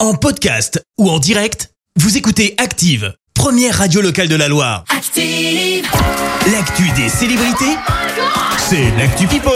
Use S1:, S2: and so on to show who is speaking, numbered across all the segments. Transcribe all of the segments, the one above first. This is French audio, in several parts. S1: En podcast ou en direct, vous écoutez Active, première radio locale de la Loire.
S2: Active,
S1: L'actu des célébrités, c'est l'actu People.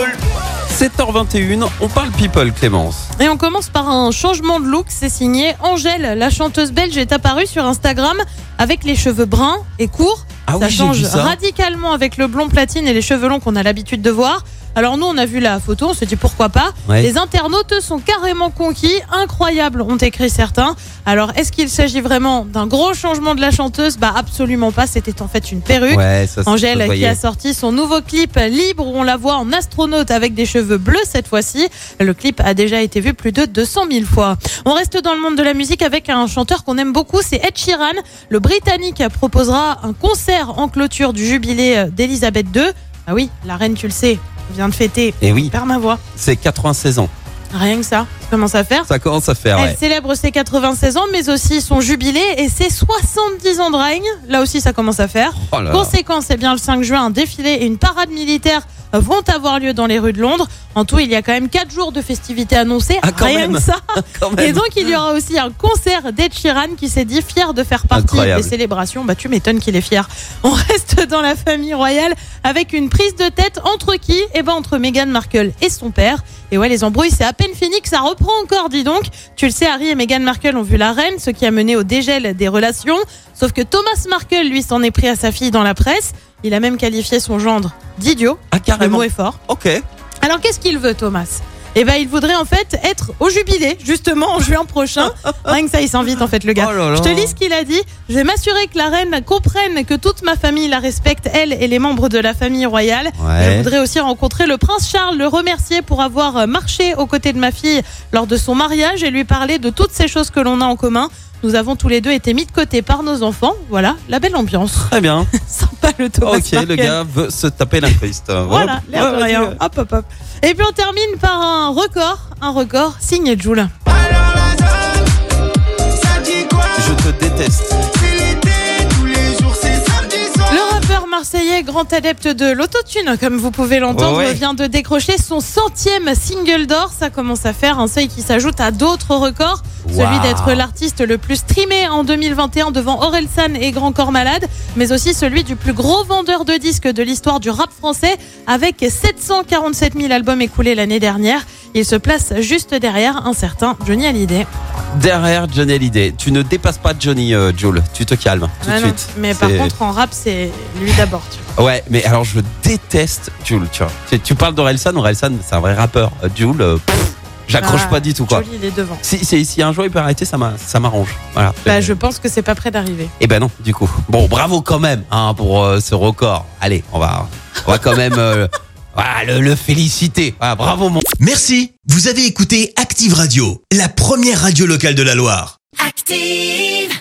S3: 7h21, on parle people, Clémence.
S4: Et on commence par un changement de look, c'est signé Angèle, la chanteuse belge est apparue sur Instagram avec les cheveux bruns et courts.
S3: Ah
S4: ça
S3: oui, j'ai
S4: change
S3: vu ça.
S4: radicalement avec le blond platine et les cheveux longs qu'on a l'habitude de voir. Alors nous, on a vu la photo, on se dit pourquoi pas.
S3: Ouais.
S4: Les internautes sont carrément conquis, incroyable, ont écrit certains. Alors est-ce qu'il s'agit vraiment d'un gros changement de la chanteuse Bah absolument pas, c'était en fait une perruque.
S3: Ouais, ça, ça se
S4: Angèle qui
S3: voyait.
S4: a sorti son nouveau clip libre où on la voit en astronaute avec des cheveux bleus cette fois-ci. Le clip a déjà été vu plus de 200 000 fois. On reste dans le monde de la musique avec un chanteur qu'on aime beaucoup, c'est Ed Sheeran. Le Britannique proposera un concert en clôture du jubilé euh, d'Elisabeth II. Ah oui, la reine, tu le sais, vient de fêter.
S3: Eh oui,
S4: Perds ma voix.
S3: c'est 96 ans.
S4: Rien que ça, ça commence à faire.
S3: Ça commence à faire,
S4: Elle
S3: ouais.
S4: célèbre ses 96 ans, mais aussi son jubilé et ses 70 ans de règne. Là aussi, ça commence à faire.
S3: Oh là là.
S4: Conséquence, eh bien, le 5 juin, un défilé et une parade militaire vont avoir lieu dans les rues de Londres. En tout, il y a quand même 4 jours de festivités annoncées.
S3: Ah, quand
S4: rien
S3: même.
S4: que ça.
S3: Quand
S4: Et
S3: même.
S4: donc, il y aura aussi un concert d'Ed Sheeran qui s'est dit fier de faire partie
S3: Incroyable.
S4: des célébrations. Bah, tu m'étonnes qu'il est fier. On reste dans la famille royale avec une prise de tête entre qui Eh ben, entre Meghan Markle et son père. Et ouais, les embrouilles, c'est à peine fini que ça reprend encore, dis donc. Tu le sais, Harry et Meghan Markle ont vu la reine, ce qui a mené au dégel des relations. Sauf que Thomas Markle, lui, s'en est pris à sa fille dans la presse. Il a même qualifié son gendre d'idiot.
S3: Ah,
S4: Le
S3: carrément.
S4: mot est fort.
S3: Ok.
S4: Alors qu'est-ce qu'il veut Thomas eh ben, il voudrait en fait être au jubilé, justement, en juin prochain. Rien que ça, il s'invite en fait, le gars.
S3: Oh là là.
S4: Je te lis ce qu'il a dit. Je vais m'assurer que la reine comprenne que toute ma famille la respecte, elle et les membres de la famille royale.
S3: Ouais.
S4: Je voudrais aussi rencontrer le prince Charles, le remercier pour avoir euh, marché aux côtés de ma fille lors de son mariage et lui parler de toutes ces choses que l'on a en commun. Nous avons tous les deux été mis de côté par nos enfants. Voilà, la belle ambiance.
S3: Très bien.
S4: Sympa le Thomas
S3: ok, le
S4: Parker.
S3: gars veut se taper l'incruste.
S4: Voilà, l'air de
S3: Ouais,
S4: rien.
S3: vas-y.
S4: Hop, hop, hop. Et puis on termine par un record, un record signé Joule.
S5: Alors la zone, ça dit quoi
S3: Je te déteste.
S5: C'est l'été, tous les jours c'est samedi soir.
S4: Le rappeur marseillais, grand adepte de l'autotune, comme vous pouvez l'entendre,
S3: Ouais, ouais.
S4: vient de décrocher son centième single d'or. Ça commence à faire un seuil qui s'ajoute à d'autres records. Celui
S3: Waouh.
S4: d'être l'artiste le plus streamé en 2021 devant Orelsan et Grand Corps Malade, mais aussi celui du plus gros vendeur de disques de l'histoire du rap français, avec 747 000 albums écoulés l'année dernière. Il se place juste derrière un certain Johnny Hallyday.
S3: Derrière Johnny Hallyday. Tu ne dépasses pas Johnny, euh, Joule. Tu te calmes tout
S4: Ah
S3: de
S4: non,
S3: suite.
S4: Mais par
S3: C'est-
S4: contre, en rap, c'est lui d'abord. tu vois.
S3: Ouais, mais alors je déteste Jules, tu vois. Tu, tu parles d'Orelsan, Orelsan, c'est un vrai rappeur. Euh, Jules, euh, pff, j'accroche
S4: Ah,
S3: pas du tout, quoi.
S4: Jolie, il est devant.
S3: Si, si, si un jour il peut arrêter, ça m'a- ça m'arrange. Voilà.
S4: Bah, je pense que c'est pas près d'arriver.
S3: Eh ben non, du coup. Bon, bravo quand même hein, pour euh, ce record. Allez, on va, on va quand même euh, voilà, le, le féliciter. Voilà, bravo mon
S1: Merci, vous avez écouté Active Radio, la première radio locale de la Loire.
S2: active.